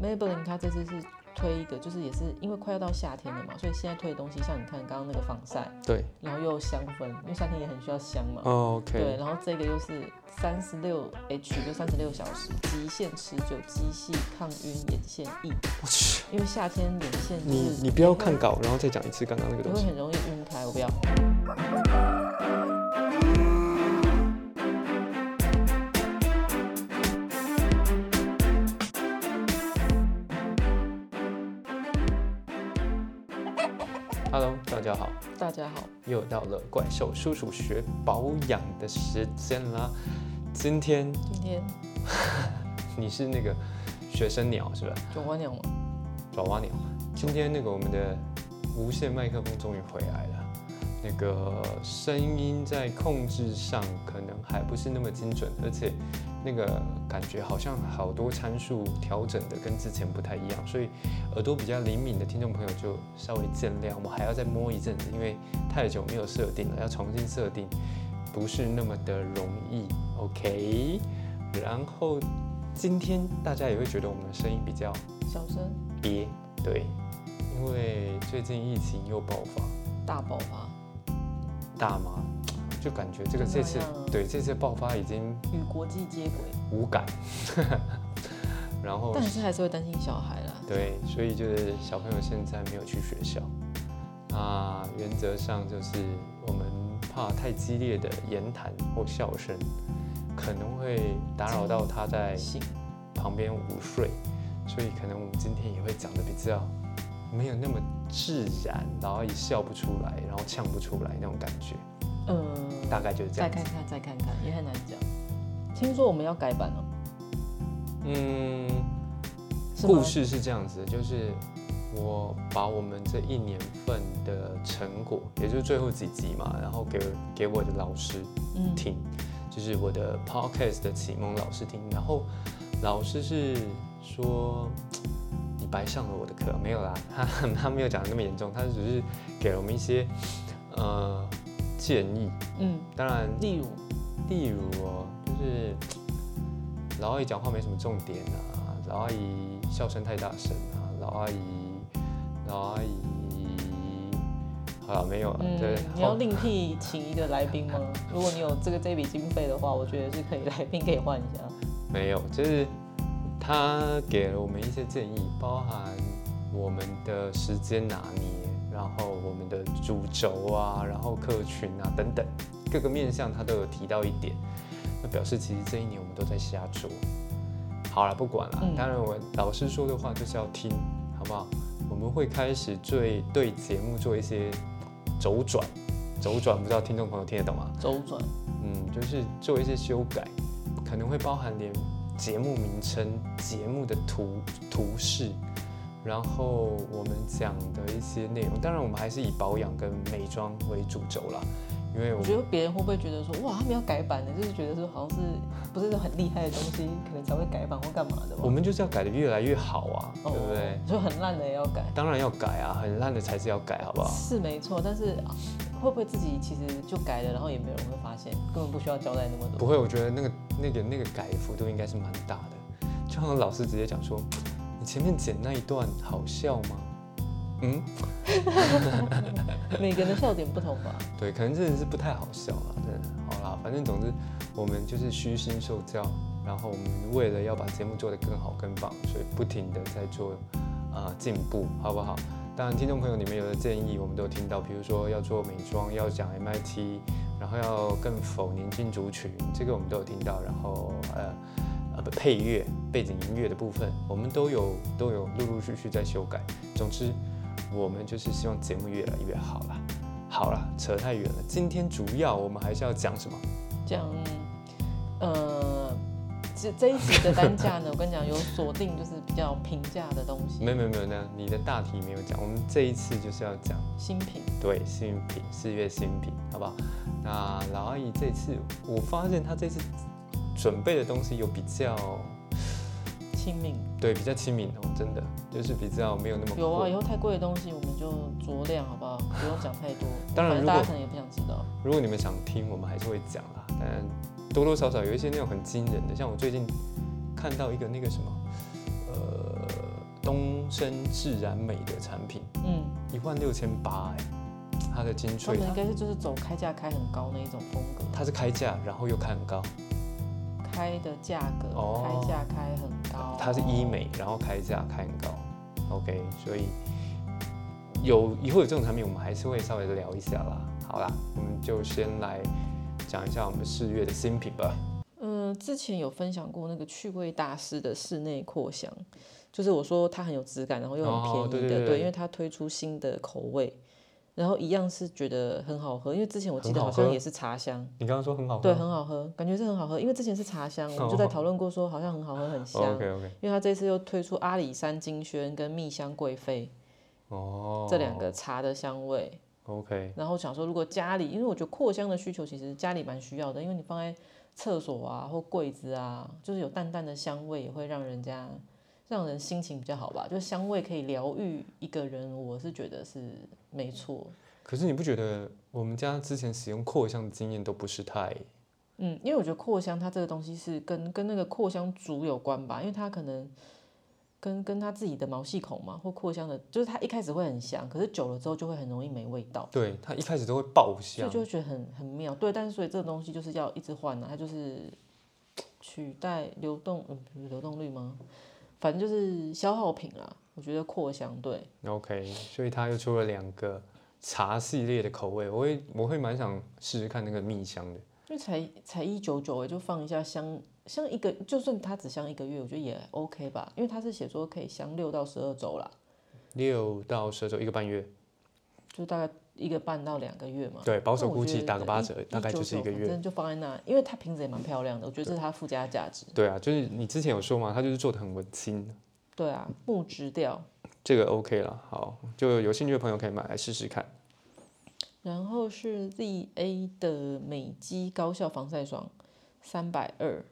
Maybelline 它这次是推一个，就是也是因为快要到夏天了嘛，所以现在推的东西，像你看刚刚那个防晒，对然后又有香氛，因为夏天也很需要香嘛。哦对， ，OK，然后这个又是三十六 H，就三十六小时，极限持久肌系抗晕眼线液，我去，因为夏天眼线就你是你不要看稿，然后再讲一次刚刚那你个东会西。很容易晕开，我不要。 Hello，大家好，大家好，又到了怪兽叔叔学保养的时间啦。今天今天你是那个学生鸟是吧？九花鸟嘛，爪哇鸟。今天那个我们的无线麦克风终于回来了，啊那个声音在控制上可能还不是那么精准，而且那个感觉好像好多参数调整的跟之前不太一样，所以耳朵比较灵敏的听众朋友就稍微见谅，我还要再摸一阵子，因为太久没有设定了，要重新设定不是那么的容易。OK，然后今天大家也会觉得我们的声音比较小生憋，对，因为最近疫情又爆发，大爆发，大麻就感觉这个就这那次样啊对这次爆发已经与国际接轨，无感， 然后但是还是会担心小孩啦。对，所以就是小朋友现在没有去学校，那原则上就是我们怕太激烈的言谈或笑声，可能会打扰到他在行，旁边午睡，所以可能我们今天也会讲的比较没有那么自然，然后也笑不出来，然后呛不出来那种感觉，嗯，大概就是这再样子看。看，再看看，也很难讲。听说我们要改版了，嗯，是吗嗯故事是这样子的，就是我把我们这一年份的成果，也就是最后几集嘛，然后给给我的老师嗯，听，就是我的 podcast 的启蒙老师听，然后老师是说你白上了我的课，没有啦， 他他没有讲的那么严重，他只是给了我们一些呃建议，嗯，当然例如，例如哦，就是老阿姨讲话没什么重点啊，老阿姨笑声太大声啊，老阿姨老阿姨。好了，没有了。对 嗯，，你后要另辟请一个来宾吗？如果你有这个这笔经费的话，我觉得是可以来宾可以换一下。没有，就是他给了我们一些建议，包含我们的时间拿捏，然后我们的主轴啊，然后客群啊等等，各个面向他都有提到一点，那表示其实这一年我们都在瞎说。好了，不管了，嗯当然我老师说的话就是要听，好不好？我们会开始对对节目做一些周转，周转不知道听众朋友听得懂吗？周转，嗯，就是做一些修改，可能会包含连节目名称、节目的图图示，然后我们讲的一些内容。当然，我们还是以保养跟美妆为主轴啦，因为我我们觉得别人会不会觉得说，哇，他们要改版的，就是觉得说好像是不是很厉害的东西，可能才会改版或干嘛的吧？我们就是要改的越来越好啊，哦对不对？？就很烂的也要改，当然要改啊，很烂的才是要改，好不好？是没错，但是啊会不会自己其实就改了，然后也没有人会发现，根本不需要交代那么不多。会，我觉得那个那个那个改的幅度应该是蛮大的。就好像老师直接讲说，你前面剪那一段好笑吗？嗯，每个人的笑点不同吧？对，可能真的是不太好笑了，真的。好啦，反正总之我们就是虚心受教，然后我们为了要把节目做得更好更棒，所以不停的在做啊、呃进步，好不好？当然，听众朋友你们有的建议我们都有听到，比如说要做美妆，要讲 MIT，然后要更否年轻族群，这个我们都有听到。然后呃呃不配乐、背景音乐的部分，我们都有都有陆陆续续在修改。总之，我们就是希望节目越来越好啦。好啦，扯太远了。今天主要我们还是要讲什么？讲，呃，这这一集的单价呢，我跟你讲有锁定，就是比较平价的东西，没有没有没有呢，你的大题没有讲，我们这一次就是要讲新品。对新品四月新品，好不好？那老阿姨这次我发现她这次准备的东西有比较亲民对比较亲民哦，真的就是比较没有那么有啊，过，以后太贵的东西我们就酌量，好不好？不用讲太多 当反然正如果大家可能也不想知道。如果你们想听，我们还是会讲啦。当然，多多少少有一些那种很惊人的，像我最近看到一个那个什么，呃，终身自然美的产品，嗯，一万六千八哎，它的精他粹们，哦应该是就是走开价开很高那一种风格，它是开价，然后又开很高，开的价格、哦开价开很高，它是医美，然后开价开很高，OK，所以有以后有这种产品，我们还是会稍微聊一下啦。好啦，我们就先来讲一下我们四月的新品吧。嗯，之前有分享过那个趣味大师的室内扩香，就是我说它很有质感，然后又很便宜哦的，对对对因为它推出新的口味，然后一样是觉得很好喝，因为之前我记很得好好像喝也是茶香，你刚刚说很好喝，对，很好喝，感觉是很好喝，因为之前是茶香，我们就在讨论过说好像很好喝， 很香。 ，OK 哦 OK，因为它这次又推出阿里山金萱跟蜜香贵妃哦，这两个茶的香味， OK，然后想说，如果家里，因为我觉得扩香的需求其实家里蛮需要的，因为你放在厕所啊或柜子啊，就是有淡淡的香味，也会让人家让人心情比较好吧。就香味可以疗愈一个人，我是觉得是没错。可是你不觉得我们家之前使用扩香的经验都不是太嗯，因为我觉得扩香它这个东西是跟跟那个扩香族有关吧，因为它可能跟跟它自己的毛细孔嘛，或扩香的，就是它一开始会很香，可是久了之后就会很容易没味道。对，它一开始都会爆所以香，就会觉得很很妙。对，但是所以这个东西就是要一直换啊，它就是取代流动，嗯，不是流动率吗？反正就是消耗品啦。我觉得扩香对， OK，所以它又出了两个茶系列的口味，我会我会蛮想试试看那个蜜香的。因为才才一九九哎，就放一下香，香一个，就算它只香一个月，我觉得也 OK 吧，因为它是写说可以香六到十二周啦，六到十周一个半月，就大概一个半到两个月嘛。对，保那守我估觉计得打个八折1，大概就是一个199月。反正就放在那，因为它瓶子也蛮漂亮的，我觉得这是它附加价值。对啊，就是你之前有说嘛，它就是做的很文青，对啊，木质调。这个 OK 了。好，就有兴趣的朋友可以买来试试看。然后是 ZA 的美肌高效防晒霜，三百二。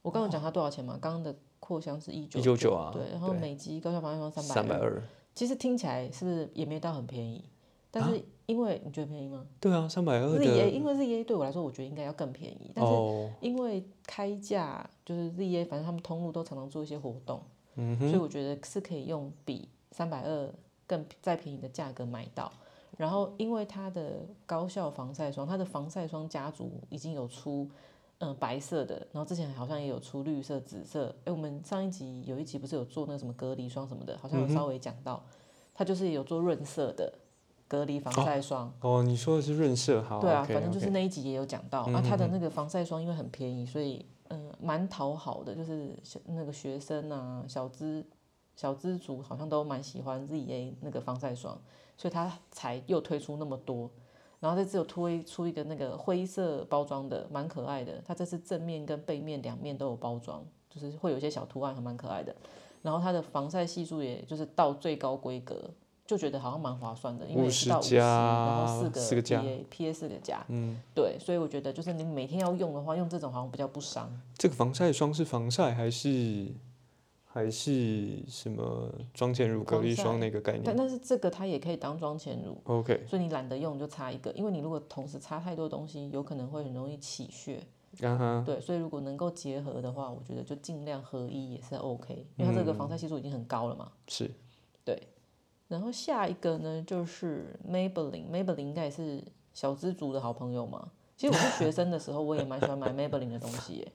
我刚刚有讲它多少钱嘛？刚刚的扩香是一九一九九啊，对，然后美肌高效防晒霜三三百百二。二，其实听起来是不是也没到很便宜？但是因为、你觉得便宜吗对啊，三百二？ZA 啊的因为 ZA 对我来说，我觉得应该要更便宜，但是哦，因为开价就是 ZA，反正他们通路都常常做一些活动，嗯所以我觉得是可以用比三百二更再便宜的价格买到。然后，因为它的高效防晒霜，它的防晒霜家族已经有出，嗯、白色的，然后之前好像也有出绿色、紫色。哎，我们上一集有一集不是有做那个什么隔离霜什么的，好像嗯有稍微讲到，它就是有做润色的隔离防晒霜。哦，你说的是润色，好，对啊 OK，反正就 OK 嗯是那一集也有讲到，啊，它的那个防晒霜因为很便宜，所以嗯，蛮讨好的，就是小那个学生啊，小资小资族好像都蛮喜欢 ZA 那个防晒霜，所以它才又推出那么多。然后这次有推出一个那个灰色包装的，蛮可爱的。它这次正面跟背面两面都有包装，就是会有一些小图案，还蛮可爱的。然后它的防晒系数也就是到最高规格，就觉得好像蛮划算的，因为也是到五50十，加然后四个四个加 PA PA 四个加，嗯，对，所以我觉得就是你每天要用的话，用这种好像比较不伤。这个防晒霜是防晒还是还是什么妆前乳隔离霜那个概念但但是这个它也可以当妆前乳， ？OK 所以你懒得用你就擦一个，因为你如果同时擦太多东西，有可能会很容易起屑。啊哈，对，所以如果能够结合的话，我觉得就尽量合一也是 OK，因为它这个防晒系数已经很高了嘛。是然后下一个呢就是 Maybelline，Maybelline 应该也是小资族的好朋友嘛。其实我是学生的时候，我也蛮喜欢买 Maybelline 的东西耶，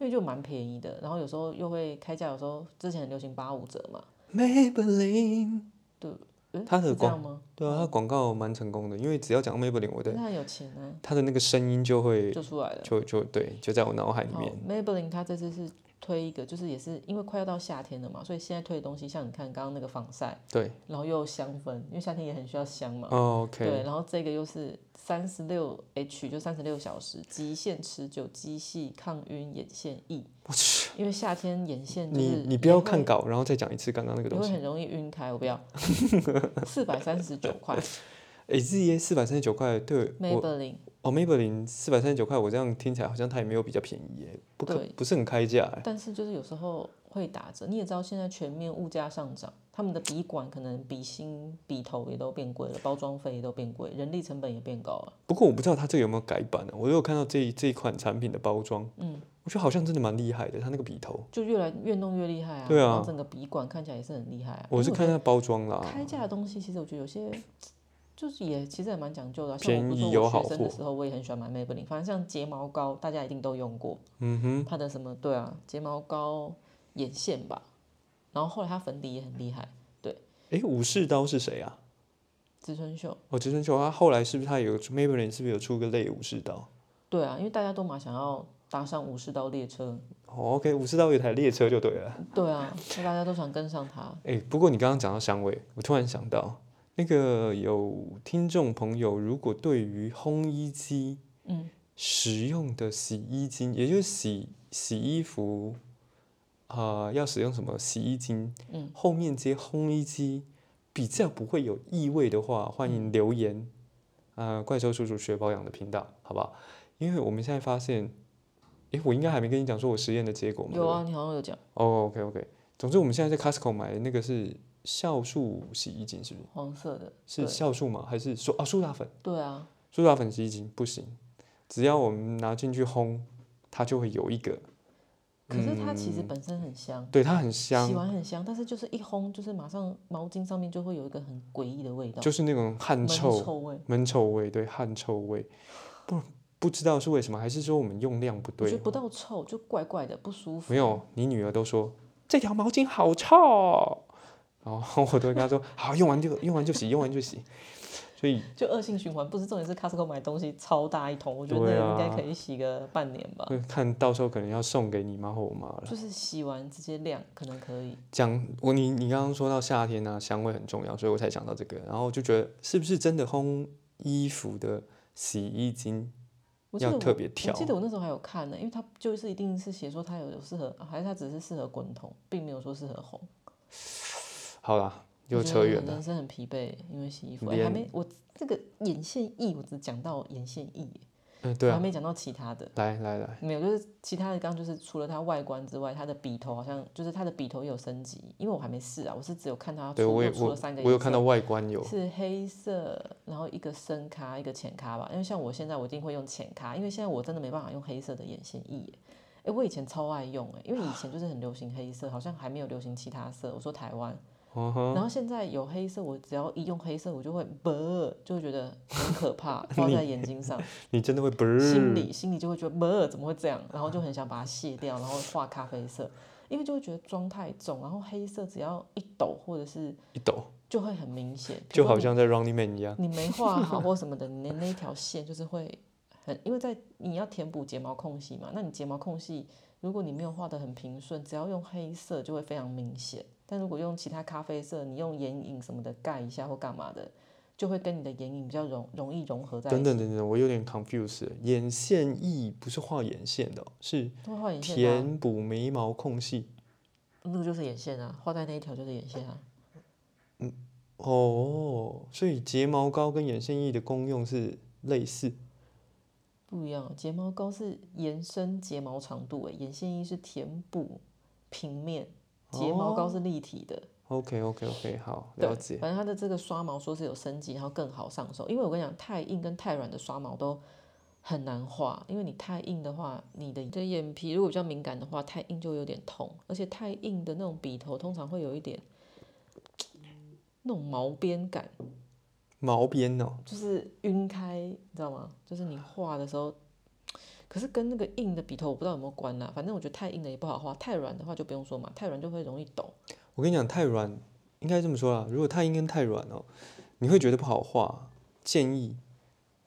因为就蛮便宜的，然后有时候又会开价，有时候之前很流行八五折嘛。 Maybelline。嗯它的是这样吗？对啊，它广告蛮成功的，因为只要讲到 Maybelline，我的那很有钱啊，它的那个声音就会就出来了。就就对，就在我脑海里好面。哦 Maybelline 它这次是推一个，就是也是因为快要到夏天了嘛，所以现在推的东西，像你看刚刚那个防晒，对然后又有香氛，因为夏天也很需要香嘛。哦，OK，对，然后这个又是三十六 H，就三十六小时，极限持久肌系抗晕眼线液。我去，因为夏天眼线就是你你也不要会看稿，然后再讲一次刚刚那也个东会西。很容易晕开，我不 要。四百三十九块诶 z a 四百三十九块，对我，Maybelline，哦，Maybelline 四百三十九块，我这样听起来好像它也没有比较便宜耶，不可对不是很开价耶。但是就是有时候会打折。你也知道现在全面物价上涨，他们的笔管可能笔芯、笔头也都变贵了，包装费也都变贵，人力成本也变高了。啊不过我不知道它这个有没有改版呢、我有看到这一这一款产品的包装，嗯，我觉得好像真的蛮厉害的，它那个笔头。就越来越弄越厉害啊。对啊然后整个笔管看起来也是很厉害啊。我是因为看它包装啦，开价的东西，其实我觉得有些就是也其实也蛮讲究的啊、像便我不宜是说有我好学生的货时候，我也很喜欢买 Maybelline，反正像睫毛膏大家一定都用过，嗯哼，它的什么对啊，睫毛膏、眼线吧，然后后来它粉底也很厉害，诶，武士刀是谁啊？植村秀。哦，植村秀，他后来是不是他有 Maybelline 是不是有出个类武士刀？对啊，因为大家都嘛想要搭上武士刀列车，哦，OK，武士刀有台列车就对了。对啊，所以大家都想跟上它。诶，不过你刚刚讲到香味，我突然想到，那个有听众朋友如果对于烘衣机，嗯，使用的洗衣精，也就是洗洗衣服，啊、要使用什么洗衣精，嗯，后面接烘衣机，比较不会有异味的话，欢迎留言，啊、怪兽叔叔学保养的频道，好不好？因为我们现在发现，诶，我应该还没跟你讲说我实验的结果吗？有啊，你好像有讲，哦、o k OK，总之我们现在在 Costco 买的那个是酵素洗衣精，是不黄色的，是？是酵素吗？还是说啊苏打粉？对啊，苏打粉洗衣精不行，只要我们拿进去烘，它就会有一个，嗯可是它其实本身很香，对，它很洗香，完很香，但是就是一烘，就是马上毛巾上面就会有一个很诡异的味道，就是那种汗闷臭、臭味。闷臭味，对，汗臭味，不不知道是为什么，还是说我们用量不我觉对？哦得不到臭，就怪怪的，不舒服。没有，你女儿都说这条毛巾好臭，哦然后我都会跟她说，好，用完就用完就洗，用完就洗，所以就恶性循环。不是重点是 Costco 买东西超大一桶，我觉得对那啊个应该可以洗个半年吧。嗯看到时候可能要送给你妈或我妈了。就是洗完直接晾，可能可以。讲我你你刚刚说到夏天啊，香味很重要，所以我才想到这个，然后就觉得是不是真的烘衣服的洗衣精我记得要我特别我挑？记得我那时候还有看呢、因为它就是一定是写说它有有适合，还是它只是适合滚筒，并没有说适合烘。好啦，又我觉得扯我远了。人生很疲惫，因为洗衣服、哎连还没我这个眼线液，我只讲到眼线液，嗯，对我还啊，没讲到其他的。来来来，没有，就是其他的刚刚就是除了它外观之外，它的笔头好像就是它的笔头也有升级，因为我还没试啊，我是只有看它对出我又也出了我三个颜色，我有看到外 观有，是黑色，然后一个深咖，一个浅咖吧。因为像我现在我一定会用浅咖，因为现在我真的没办法用黑色的眼线液耶。哎，我以前超爱用哎，因为以前就是很流行黑色，好像还没有流行其他色。我说台湾，嗯哼，然后现在有黑色，我只要一用黑色，我就会不，就会觉得很可 怕，包在眼睛上。你真的会不？心里心里就会觉得，么怎么会这样？然后就很想把它卸掉，然后画咖啡色，因为就会觉得妆太重，然后黑色只要一抖或者是一抖，就会很明显，比就如说好像在 Running Man 一样。你没画好或什么的，你的那一条线就是会很，因为在你要填补睫毛空隙嘛，那你睫毛空隙如果你没有画得很平顺，只要用黑色就会非常明显，但如果用其他咖啡色，你用眼影什么的盖一下或干嘛的，就会跟你的眼影比较容容易融合在一等起，等等等，我有点 confused 了。眼线液不是画眼线的哦、是都会画眼线吗？填补眉毛空隙。那个就是眼线啊，画在那一条就是眼线啊。哦，所以睫毛膏跟眼线液的功用是类似。不一样，睫毛膏是延伸睫毛长度，哎，眼线液是填补平面，睫毛膏是立体的。 OK OK OK，好，对了解。反正它的这个刷毛说是有升级，然后更好上手。因为我跟你讲，太硬跟太软的刷毛都很难画，因为你太硬的话，你的你的眼皮如果比较敏感的话，太硬就会有点痛，而且太硬的那种笔头通常会有一点那种毛边感，毛边哦，就是晕开，你知道吗？就是你画的时候，可是跟那个硬的笔头我不知道有没有关啦、反正我觉得太硬的也不好画，太软的话就不用说嘛，太软就会容易抖。我跟你讲，太软应该这么说啦。如果太硬跟太软哦，你会觉得不好画。建议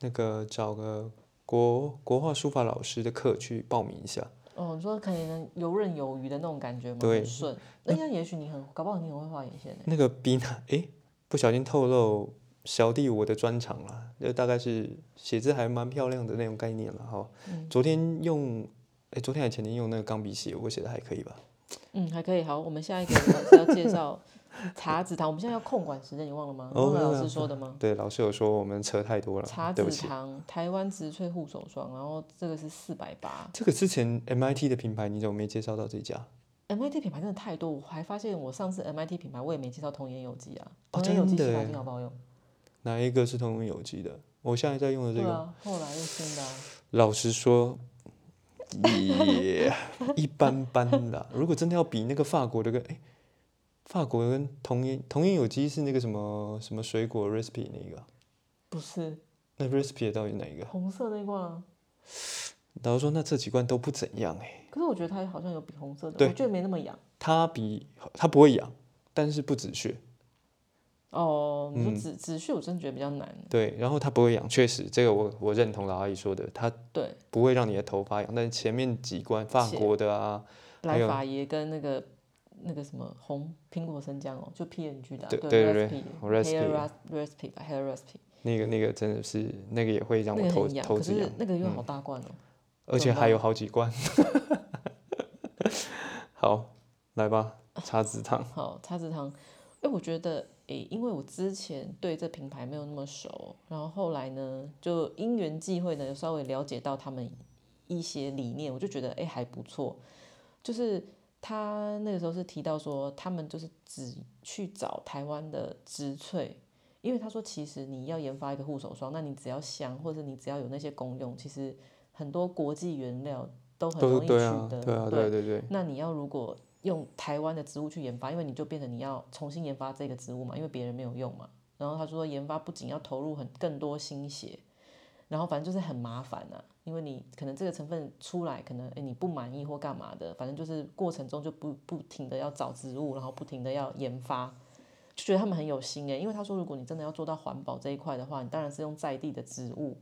那个找个国国画书法老师的课去报名一下。哦，你说可能游刃有余的那种感觉吗？对嗯很顺。那那也许你很，搞不好你很会画眼线呢、那个比那诶，不小心透露小弟我的专长啦，就大概是写字还蛮漂亮的那种概念了哈。嗯昨天用诶，昨天还前天用那个钢笔写，我写的还可以吧？嗯，还可以。好，我们 下一个老师要介绍茶籽糖，我们现在要控管时间，你忘了吗？哦忘了没有老师说的吗？对，老师有 说我们扯太多茶了，对籽不起。糖，台湾植萃护手霜，然后这个是四百八。这个之前 MIT 的品牌你怎么没介绍到这家？ MIT 品牌真的太多，我还发现我上次 MIT 品牌我也没介绍童颜有机啊，哦童颜有机真的洗发耶精好不好用？哪一个是通用有机的？我现在在用的这对啊个，啊，后来又新的啊、老实说，也、一般般啦。如果真的要比那个法国的跟哎、法国跟童颜童颜有机是那个什么什么水果 recipe 那个啊，不是那 recipe 到底哪一个？红色那一罐啊。老实说，那这几罐都不怎样哎、可是我觉得它好像有比红色的，对我觉得没那么痒。它比它不会痒，但是不止血。哦，嗯你说紫紫旭，我真的觉得比较难。对，然后它不会痒，确实这个我我认同老阿姨说的，它对，不会让你的头发痒，但是前面几关法是国的啊，还莱有法爷跟那个那个什么红苹果生姜哦，就 PNG 的啊、对对对对对 recipe，hair recipe 吧，hair recipe，那个那个真的是那个也会让那我个头很痒，头可子痒是，那个又好大罐哦。而且怎么还有好几关。好，来吧，茶籽糖，好，叉子汤，哎，我觉得，哎，因为我之前对这品牌没有那么熟，然后后来呢，就因缘际会呢，有稍微了解到他们一些理念，我就觉得，哎，还不错。就是他那个时候是提到说，他们就是只去找台湾的植萃，因为他说，其实你要研发一个护手霜，那你只要香，或者你只要有那些功用，其实很多国际原料都 很都容是易取对啊，得，对啊，对对对，那你要如果用台湾的植物去研发，因为你就变成你要重新研发这个植物嘛，因为别人没有用嘛。然后他说研发不仅要投入很更多心血，然后反正就是很麻烦啊，因为你可能这个成分出来，可能诶哎你不满意或干嘛的，反正就是过程中就不不停的要找植物，然后不停的要研发，就觉得他们很有心欸诶、因为他说如果你真的要做到环保这一块的话，你当然是用在地的植物。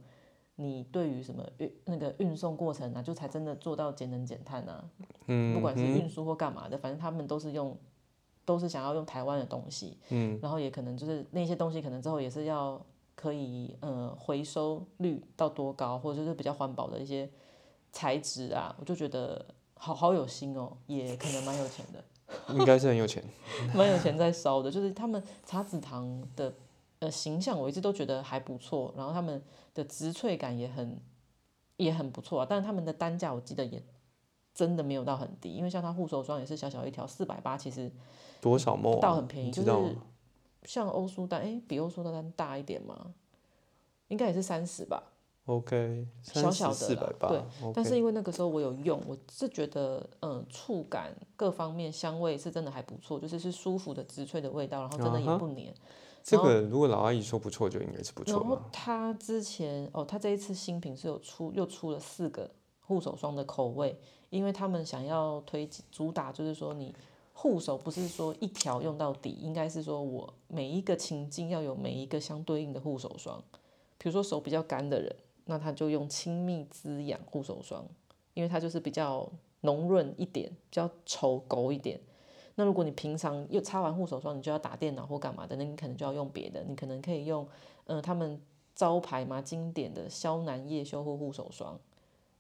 你对于什么运那个运送过程啊，就才真的做到节能减碳啊，嗯，不管是运输或干嘛的，反正他们都是用，都是想要用台湾的东西，嗯，然后也可能就是那些东西可能之后也是要可以呃回收率到多高，或者就是比较环保的一些材质啊，我就觉得好好有心哦，也可能蛮有钱的。应该是 很有钱。蛮有钱在烧的，就是他们茶籽堂的呃形象，我一直都觉得还不错，然后他们的植萃感也很也很不错啊，但是他们的单价我记得也真的没有到很低，因为像它护手霜也是小小一条四百八，其实多少墨、啊？倒很便宜你就知道吗？是像欧舒丹，哎，比欧舒丹大一点嘛，应该也是三十吧， OK，小小四的百啦八，对 o 但 k 是因为那个时候我有用，我是觉得，嗯，触感各方面香味是真的还不错，就是是舒服的植萃的味道，然后真的啊也不黏。这个如果老阿姨说不错，就应该是不错然后了。他之前哦，他这一次新品是有出又出了四个护手霜的口味，因为他们想要推主打就是说你护手不是说一条用到底，应该是说我每一个情境要有每一个相对应的护手霜。比如说手比较干的人，那他就用亲密滋养护手霜，因为它就是比较浓润一点，比较稠稠一点。那如果你平常又擦完护手霜，你就要打电脑或干嘛的，那你可能就要用别的，你可能可以用。呃，他们招牌嘛，经典的肖楠叶修护护手霜，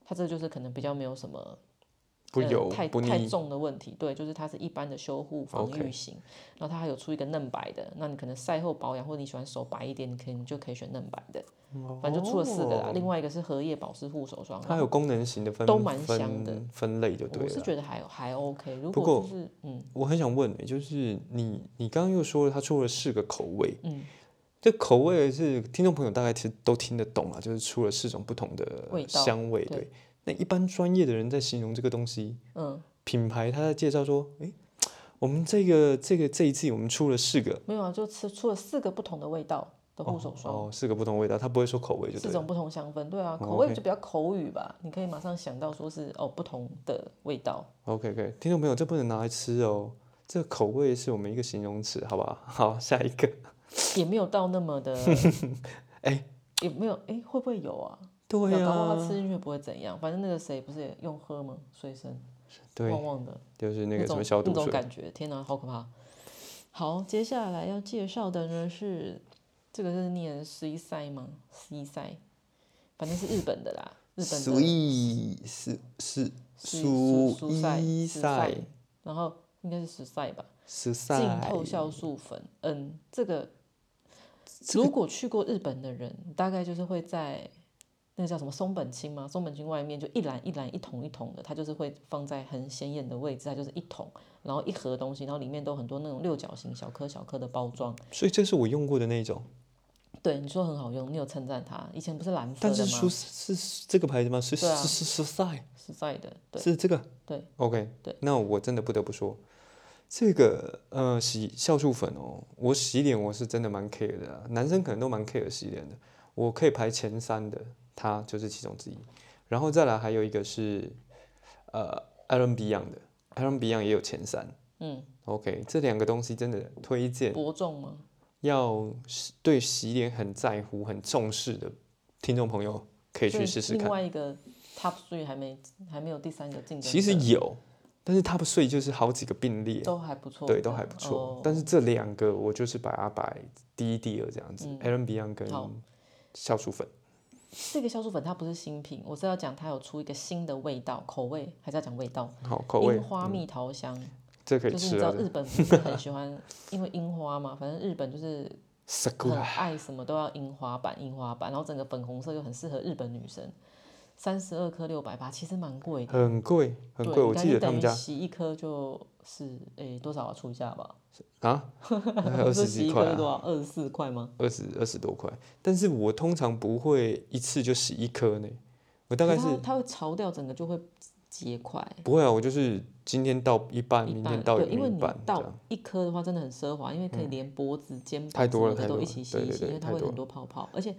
它这就是可能比较没有什么不呃油太不太腻，重的问题，对，就是它是一般的修护防 OK 御型然后它还有出一个嫩白的，那你可能晒后保养或者你喜欢手白一点，你可以你就可以选嫩白的，反正就出了四哦个啦，另外一个是荷叶保湿护手霜，它有功能型的分都蛮香的分分类就对我了。是觉得还还 OK，如不果就是嗯，我很想问、欸就是你你刚刚又说了，它出了四个口味，嗯，这口味是听众朋友大概其实都听得懂啊，就是出了四种不同的味道香味，对。那一般专业的人在形容这个东西，嗯，品牌他在介绍说，诶，我们这个这个这一季我们出了四个没有啊，就吃出了四个不同的味道的护手霜。哦，四个不同味道，他不会说口味就四对了。种不同香氛，对啊，哦口味 OK 就比较口语吧，你可以马上想到说是哦不同的味道， OK OK，听众朋友，这不能拿来吃哦，这个口味是我们一个形容词，好吧？好，下一个。，也没有到那么的 哎也没有哎、会不会有啊？对搞不好他啊，吃进去不会怎样，反正那个谁不是也用喝吗？随身对，啊旺旺的就是那个什种么消毒那种水，感觉，天哪，好可怕！好，接下来要介绍的呢是这个是念 C 赛吗？C 赛，反正是日本的啦，日本的苏伊是是苏苏苏赛伊苏塞赛然后应该是十赛吧。苏浸塞透酵素粉，嗯，这个如果去过日本的人，大概就是会在那个叫什么松本清吗？松 本清外面就一篮一篮、一桶一桶的，它就是会放在很显眼的位置，它就是一桶，然后一盒东西，然后里面都有很多那种六角形小颗小颗的包装。所以这是我用过的那种。对，你说很好用，你有称赞它。以前不是蓝色但的是吗说？是是这个牌子吗？是对啊是是是 Sai，实在的，对是这个。对， OK，对，那我真的不得不说，这个呃洗酵素粉哦，我洗脸我是真的蛮 care 的啊，男生可能都蛮 care 洗脸的，我可以排前三的，它就是其中之一。然后再来还有一个是呃 Aaron Beyond 的，Aaron Beyond 也有前三。嗯，OK，这两个东西真的推荐伯仲吗？要是对洗脸很在乎、很重视的听众朋友可以所去试试另看。外一个 top three 还没还没有第三个竞争者，其实有，但是 Top 税就是好几个并列。都还不错，对，都还不错。哦但是这两个我就是把它摆第一、第二这样子、嗯 a a r o n Beyond 跟好酵素粉，这个酵素粉它不是新品，我是要讲它有出一个新的味道口味，还是要讲味道？好口味樱，花蜜桃香，这可以就是你吃知道啊。日本 不是很喜欢，因为樱花嘛，反正日本 就是这很 Sakura 爱什么都要樱花版，樱花版，然后整个粉红色又很适合日本女生，三十二颗六百八，其实蛮贵的。很贵，很对，贵。我但记是得他等们于家洗一颗就是诶多少啊？除一下吧，啊， 二不 十是洗几一块颗啊，多少？二十四块吗？二十二十多块。但是我通常不会一次就洗一颗呢，我大概可是它它会潮掉，整个就会结块。不会啊，我就是今天到一半，一明半天到对，因为另一你半这到样。嗯一颗的话真的很奢华，因为可以连脖子、肩膀太多了什么太的多都一了起洗对一对洗，对因为它太会多很多泡泡。而且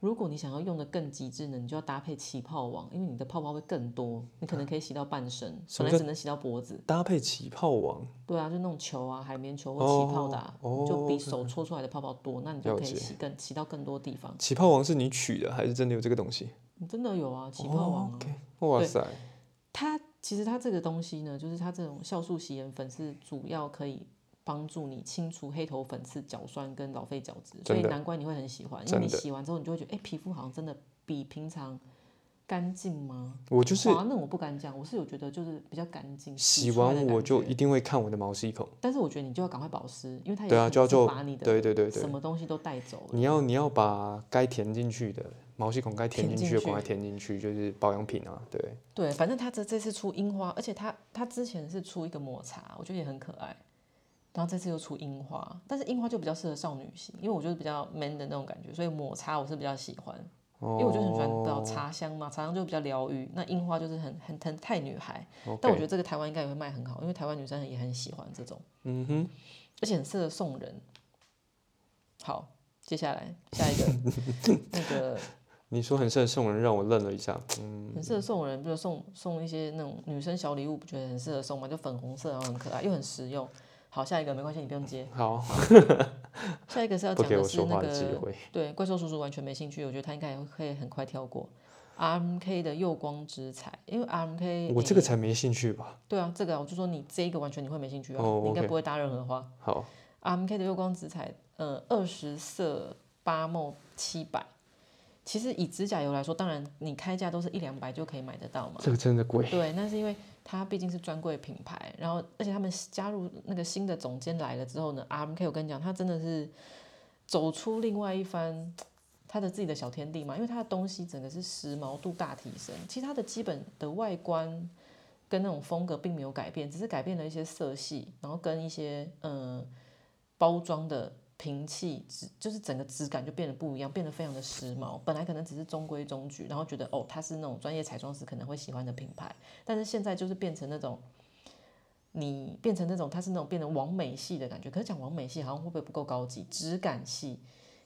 如果你想要用的更极致呢，你就要搭配起泡网，因为你的泡泡会更多，你可能可以洗到半身，什本么来只能洗到脖子。搭配起泡网，对啊，就那种球啊、海绵球或起泡的、啊，哦就比手搓出来的泡泡多，那你就了可以解洗更洗到更多地方。起泡网是你取的还是真的有这个东西？你真的有啊，起泡网啊。哦，OK，哇对塞，它其实它这个东西呢，就是它这种酵素洗颜粉是主要可以帮助你清除黑头粉刺、角酸跟老废角质，所以真的难怪你会很喜欢，因真为你的洗完之后你就会觉得，哎、皮肤好像真的比平常干净吗？我就是滑嫩我不敢讲，我是有觉得就是比较干净，洗出来完的我感就觉一定会看我的毛细孔。但是我觉得你就要赶快保湿，因为它也对啊，可就要能是做把你的对对对对什，么东西都带走了。你要你要把该填进去的毛细孔该填填进进去的，赶去快填进去，就是保养品啊，对，对，反正他这这次出樱花，而且他他之前是出一个抹茶，我觉得也很可爱。然后这次又出樱花，但是樱花就比较适合少女型，因为我就是比较 man 的那种感觉，所以抹茶我是比较喜欢，因为我就很喜欢比哦较茶香嘛，茶香就比较疗愈。那樱花就是很很很太女孩，哦但我觉得这个台湾应该也会卖很好，因为台湾女生也很喜欢这种，嗯哼，而且很适合送人。好，接下来下一个那个你说很适合送人，让我愣了一下，嗯，很适合送人，比如送送一些那种女生小礼物，不觉得很适合送吗？就粉红色，然后啊很可爱，又很实用。好，下一个没关系，你不用接。好，下一个是要 不讲给我是说那话的机个会，对怪兽叔叔完全没兴趣，我觉得他应该也会可以很快跳过。R M K 的右光之彩，因为 R M K 我这个才没兴趣吧？对啊，这个啊我就说你这一个完全你会没兴趣啊，哦你应该 OK 不会搭任何话。好， R M K 的月光紫彩，呃，二十色八梦七百。其实以指甲油来说，当然你开价都是一两百就可以买得到嘛。这个真的贵，对，那是因为它毕竟是专柜品牌，然后而且他们加入那个新的总监来了之后呢，RMK 我跟你讲，他真的是走出另外一番他的自己的小天地嘛，因为他的东西整个是时髦度大提升，其实它的基本的外观跟那种风格并没有改变，只是改变了一些色系，然后跟一些嗯、呃包装的。瓶器质就是整个质感就变得不一样，变得非常的时髦。本来可能只是中规中矩，然后觉得哦，它是那种专业彩妆师可能会喜欢的品牌，但是现在就是变成那种，你变成那种，它是那种变成完美系的感觉。可是讲完美系好像会不会不够高级？质感系，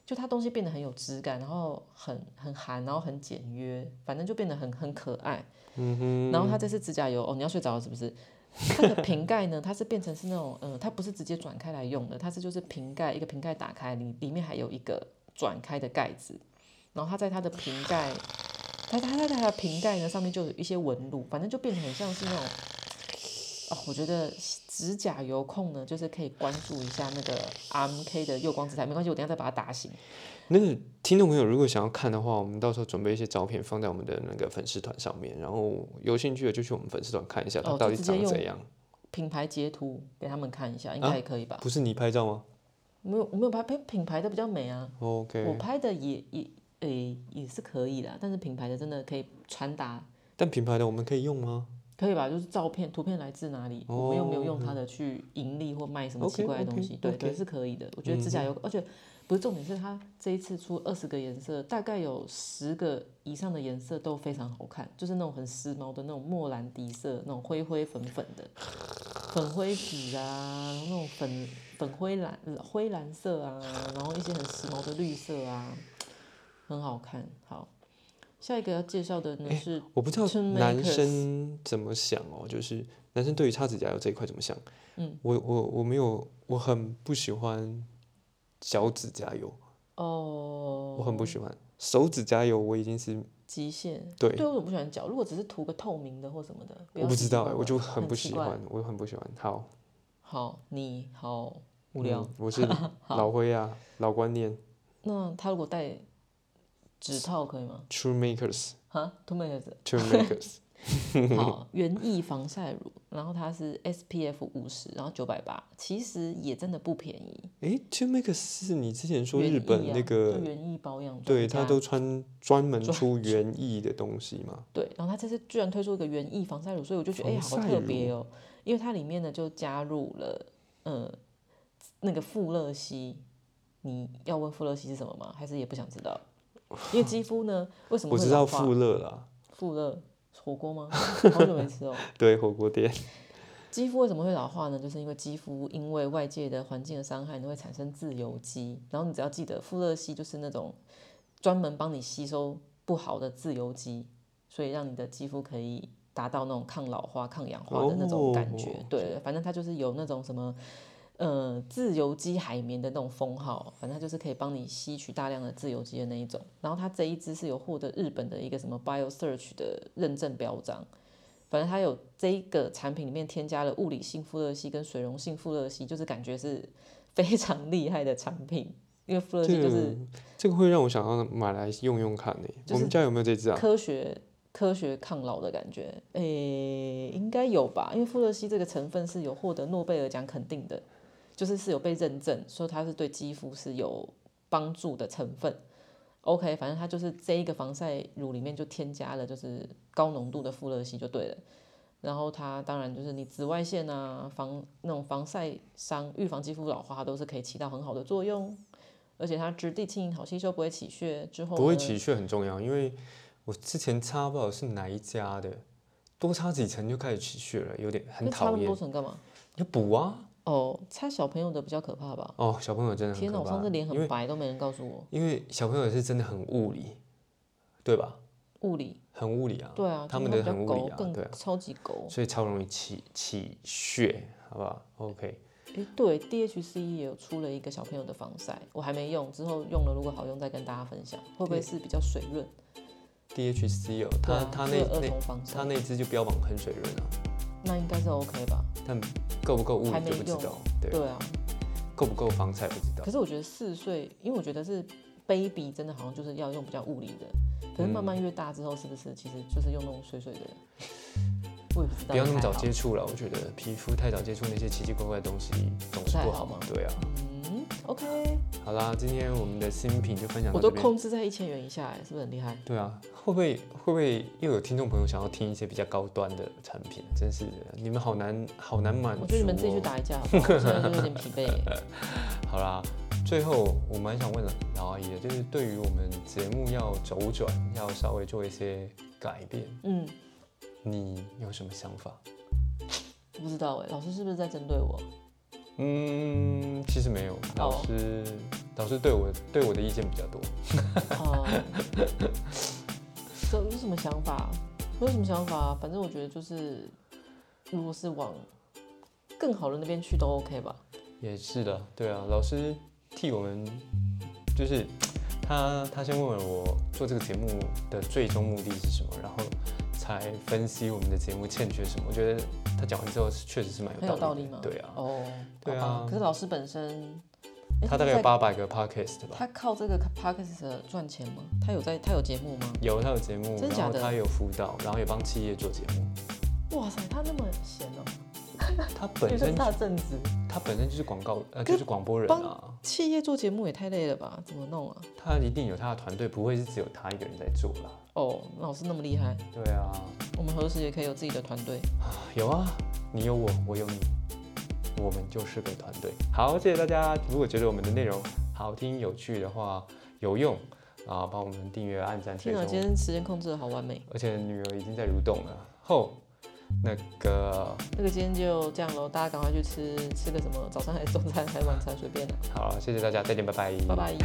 就它东西变得很有质感，然后很很韩，然后很简约，反正就变得很很可爱。嗯哼。然后它这次指甲油哦，你要睡着了是不是？它的瓶盖呢，它是变成是那种，呃，它不是直接转开来用的，它是就是瓶盖一个瓶盖打开，里里面还有一个转开的盖子，然后它在它的瓶盖，它它在它的瓶盖呢上面就有一些纹路，反正就变得很像是那种，哦，我觉得指甲油控呢，就是可以关注一下那个 M K 的右光之彩，没关系，我等一下再把它打醒。那个听众朋友如果想要看的话，我们到时候准备一些照片放在我们的那个粉丝团上面，然后有兴趣的就去我们粉丝团看一下它哦到就底直接长用怎样。品牌截图给他们看一下，应啊该也可以吧？不是你拍照吗哦没有，我没有拍拍品牌的比较美啊。我？OK，拍的也也诶、也是可以的，但是品牌的真的可以传达，但品牌的我们可以用吗？可以吧？就是照片、图片来自哪里，我们又没有用它的去盈利或卖什么奇怪的东西，对 OK，OK，OK 对是可以的。我觉得指甲油，而且不是重点是它这一次出二十个颜色，大概有十个以上的颜色都非常好看，就是那种很时髦的那种莫兰迪色，那种灰灰粉粉的，粉灰紫啊，然后那种粉粉灰蓝灰蓝色啊，然后一些很时髦的绿色啊，很好看。好，下一个要介绍的呢是我不知道 Tune 男 Makers 生怎么想哦，就是男生对于擦指甲油这一块怎么想？嗯，我我我没有，我很不喜欢小指甲油，哦，我很不喜欢手指甲油，我已经是极限。对对，我怎么不喜欢脚？如果只是涂个透明的或什么的，我不知道哎，我就很很不喜奇怪欢，我很不喜欢。好，好，你好无聊。嗯我 是老灰啊，老观念那他如果戴指套可以吗？ ，True Makers，True 哈，涂 美子。 Makers，好，原液防晒乳，然后它是 SPF 五十，然后九百八，其实也真的不便宜。哎，True Makers 是你之前说原日液本啊那就个，原液保养专家，对他都穿专门专出园艺的东西嘛，对，然后它这次居然推出一个园艺防晒乳，所以我就觉得哎、好防晒特别哦，因为它里面呢就加入了呃那个富勒烯。你要问富勒烯是什么吗？还是也不想知道？因为肌肤呢，为什么我会知老道化富乐 啦，富勒火锅吗？好久没吃哦。对火锅店。肌肤为什么会老化呢？就是因为肌肤因为外界的环境的伤害，你会产生自由基。然后你只要记得，富勒烯就是那种专门帮你吸收不好的自由基，所以让你的肌肤可以达到那种抗老化、抗氧化的那种感觉。哦对，反正它就是有那种什么。呃，自由基海绵的那种封号，反正它就是可以帮你吸取大量的自由基的那一种。然后它这一支是有获得日本的一个什么 BioSearch 的认证标章。反正它有这一个产品里面添加了物理性富勒烯跟水溶性富勒烯，就是感觉是非常厉害的产品，因为富勒烯就是这个会让我想要买来用用看呢、就是我们家有没有这支啊？科学科学抗老的感觉，诶、应该有吧？因为富勒烯这个成分是有获得诺贝尔奖肯定的，就是是有被认证说它是对肌肤是有帮助的成分。OK，反正它就是这一个防晒乳里面就添加了就是高浓度的富勒烯就对了。然后它当然就是你紫外线啊，防那种防晒伤、预防肌肤老化，它都是可以起到很好的作用。而且它质地轻盈，好吸收，不会起屑。之后不会呢起屑很重要，因为我之前擦不好是哪一家的，多擦几层就开始起屑了，有点很那擦那讨么厌多。层干嘛？要补啊！哦，擦小朋友的比较可怕吧？哦，小朋友真的很天哪，可我上怕次，脸因很为白都没人告诉我。因为小朋友是真的很物理，对吧？物理，很物理啊。对啊，他们就的是它很比物较理狗，啊，对啊更，超级狗。所以超容易起起屑，好不好？OK，哎，对，DHC E 也有出了一个小朋友的防晒，我还没用，之后用了如果好用再跟大家分享，会不会是比较水润？ DHC 哦，对它啊它这个那儿那童防晒它，那只就标榜很水润啊，那应该是 OK 吧？但够不够物还理没就不知用道，对，对啊，够不够防晒不知道可。是我觉得四岁，因为我觉得是 baby 真的好像就是要用比较物理的，可是慢嗯慢越大之后，是不是其实就是用那种水 水的？我也不知道，不要那么早还好接触了，我觉得皮肤太早接触那些奇奇怪怪的东西总是不太不好好吗嘛。对啊，嗯，OK。好啦，今天我们的新品就分享我都到这边。控制在一千元以下，哎，是不是很厉害？对啊，会不会会不会又有听众朋友想要听一些比较高端的产品？啊真是的，你们好难好难满足、哦。我觉得你们自己去打一架好不好？我现在就有点疲惫。欸好啦，最后我蛮想问老阿姨的，就是对于我们节目要周转，要稍微做一些改变，嗯，你有什么想法？我不知道哎，老师是不是在针对我？嗯，其实没哦有，老师、老师对我对我的意见比较多。哦，这有什么想法？我有什么想法？啊反正我觉得就是，如果是往更好的那边去都 OK 吧。也是的，对啊，老师替我们就是他他先问了我做这个节目的最终目的是什么，然后才分析我们的节目欠缺什么。我觉得他讲完之后是确实是蛮有很道有理道理的，吗？对啊，哦，对啊好吧可是老师本身，哎他大概有在八百个 podcast 吧。他靠这个 podcast 赚钱吗？他有在，他有节目吗？有他有节目，真的然后假的他有辅导，然后也帮企业做节目。哇塞，他那么闲哦、他因为 本这是身他的正职。他本身就是广告呃就是广播人啊，企业做节目也太累了吧？怎么弄啊？他一定有他的团队，不会是只有他一个人在做啦。哦，老师那么厉害，对啊，我们何时也可以有自己的团队？有啊，你有我，我有你，我们就是个团队。好，谢谢大家。如果觉得我们的内容好听、有趣的话，有用啊，帮我们订阅、按赞、追天啊，今踪。天时间控制的好完美。而且女儿已经在蠕动了。后，那个那个今天就这样喽，大家赶快去吃吃个什么早餐还是中餐还是晚餐随便啦、好，谢谢大家，再见，拜拜，拜拜。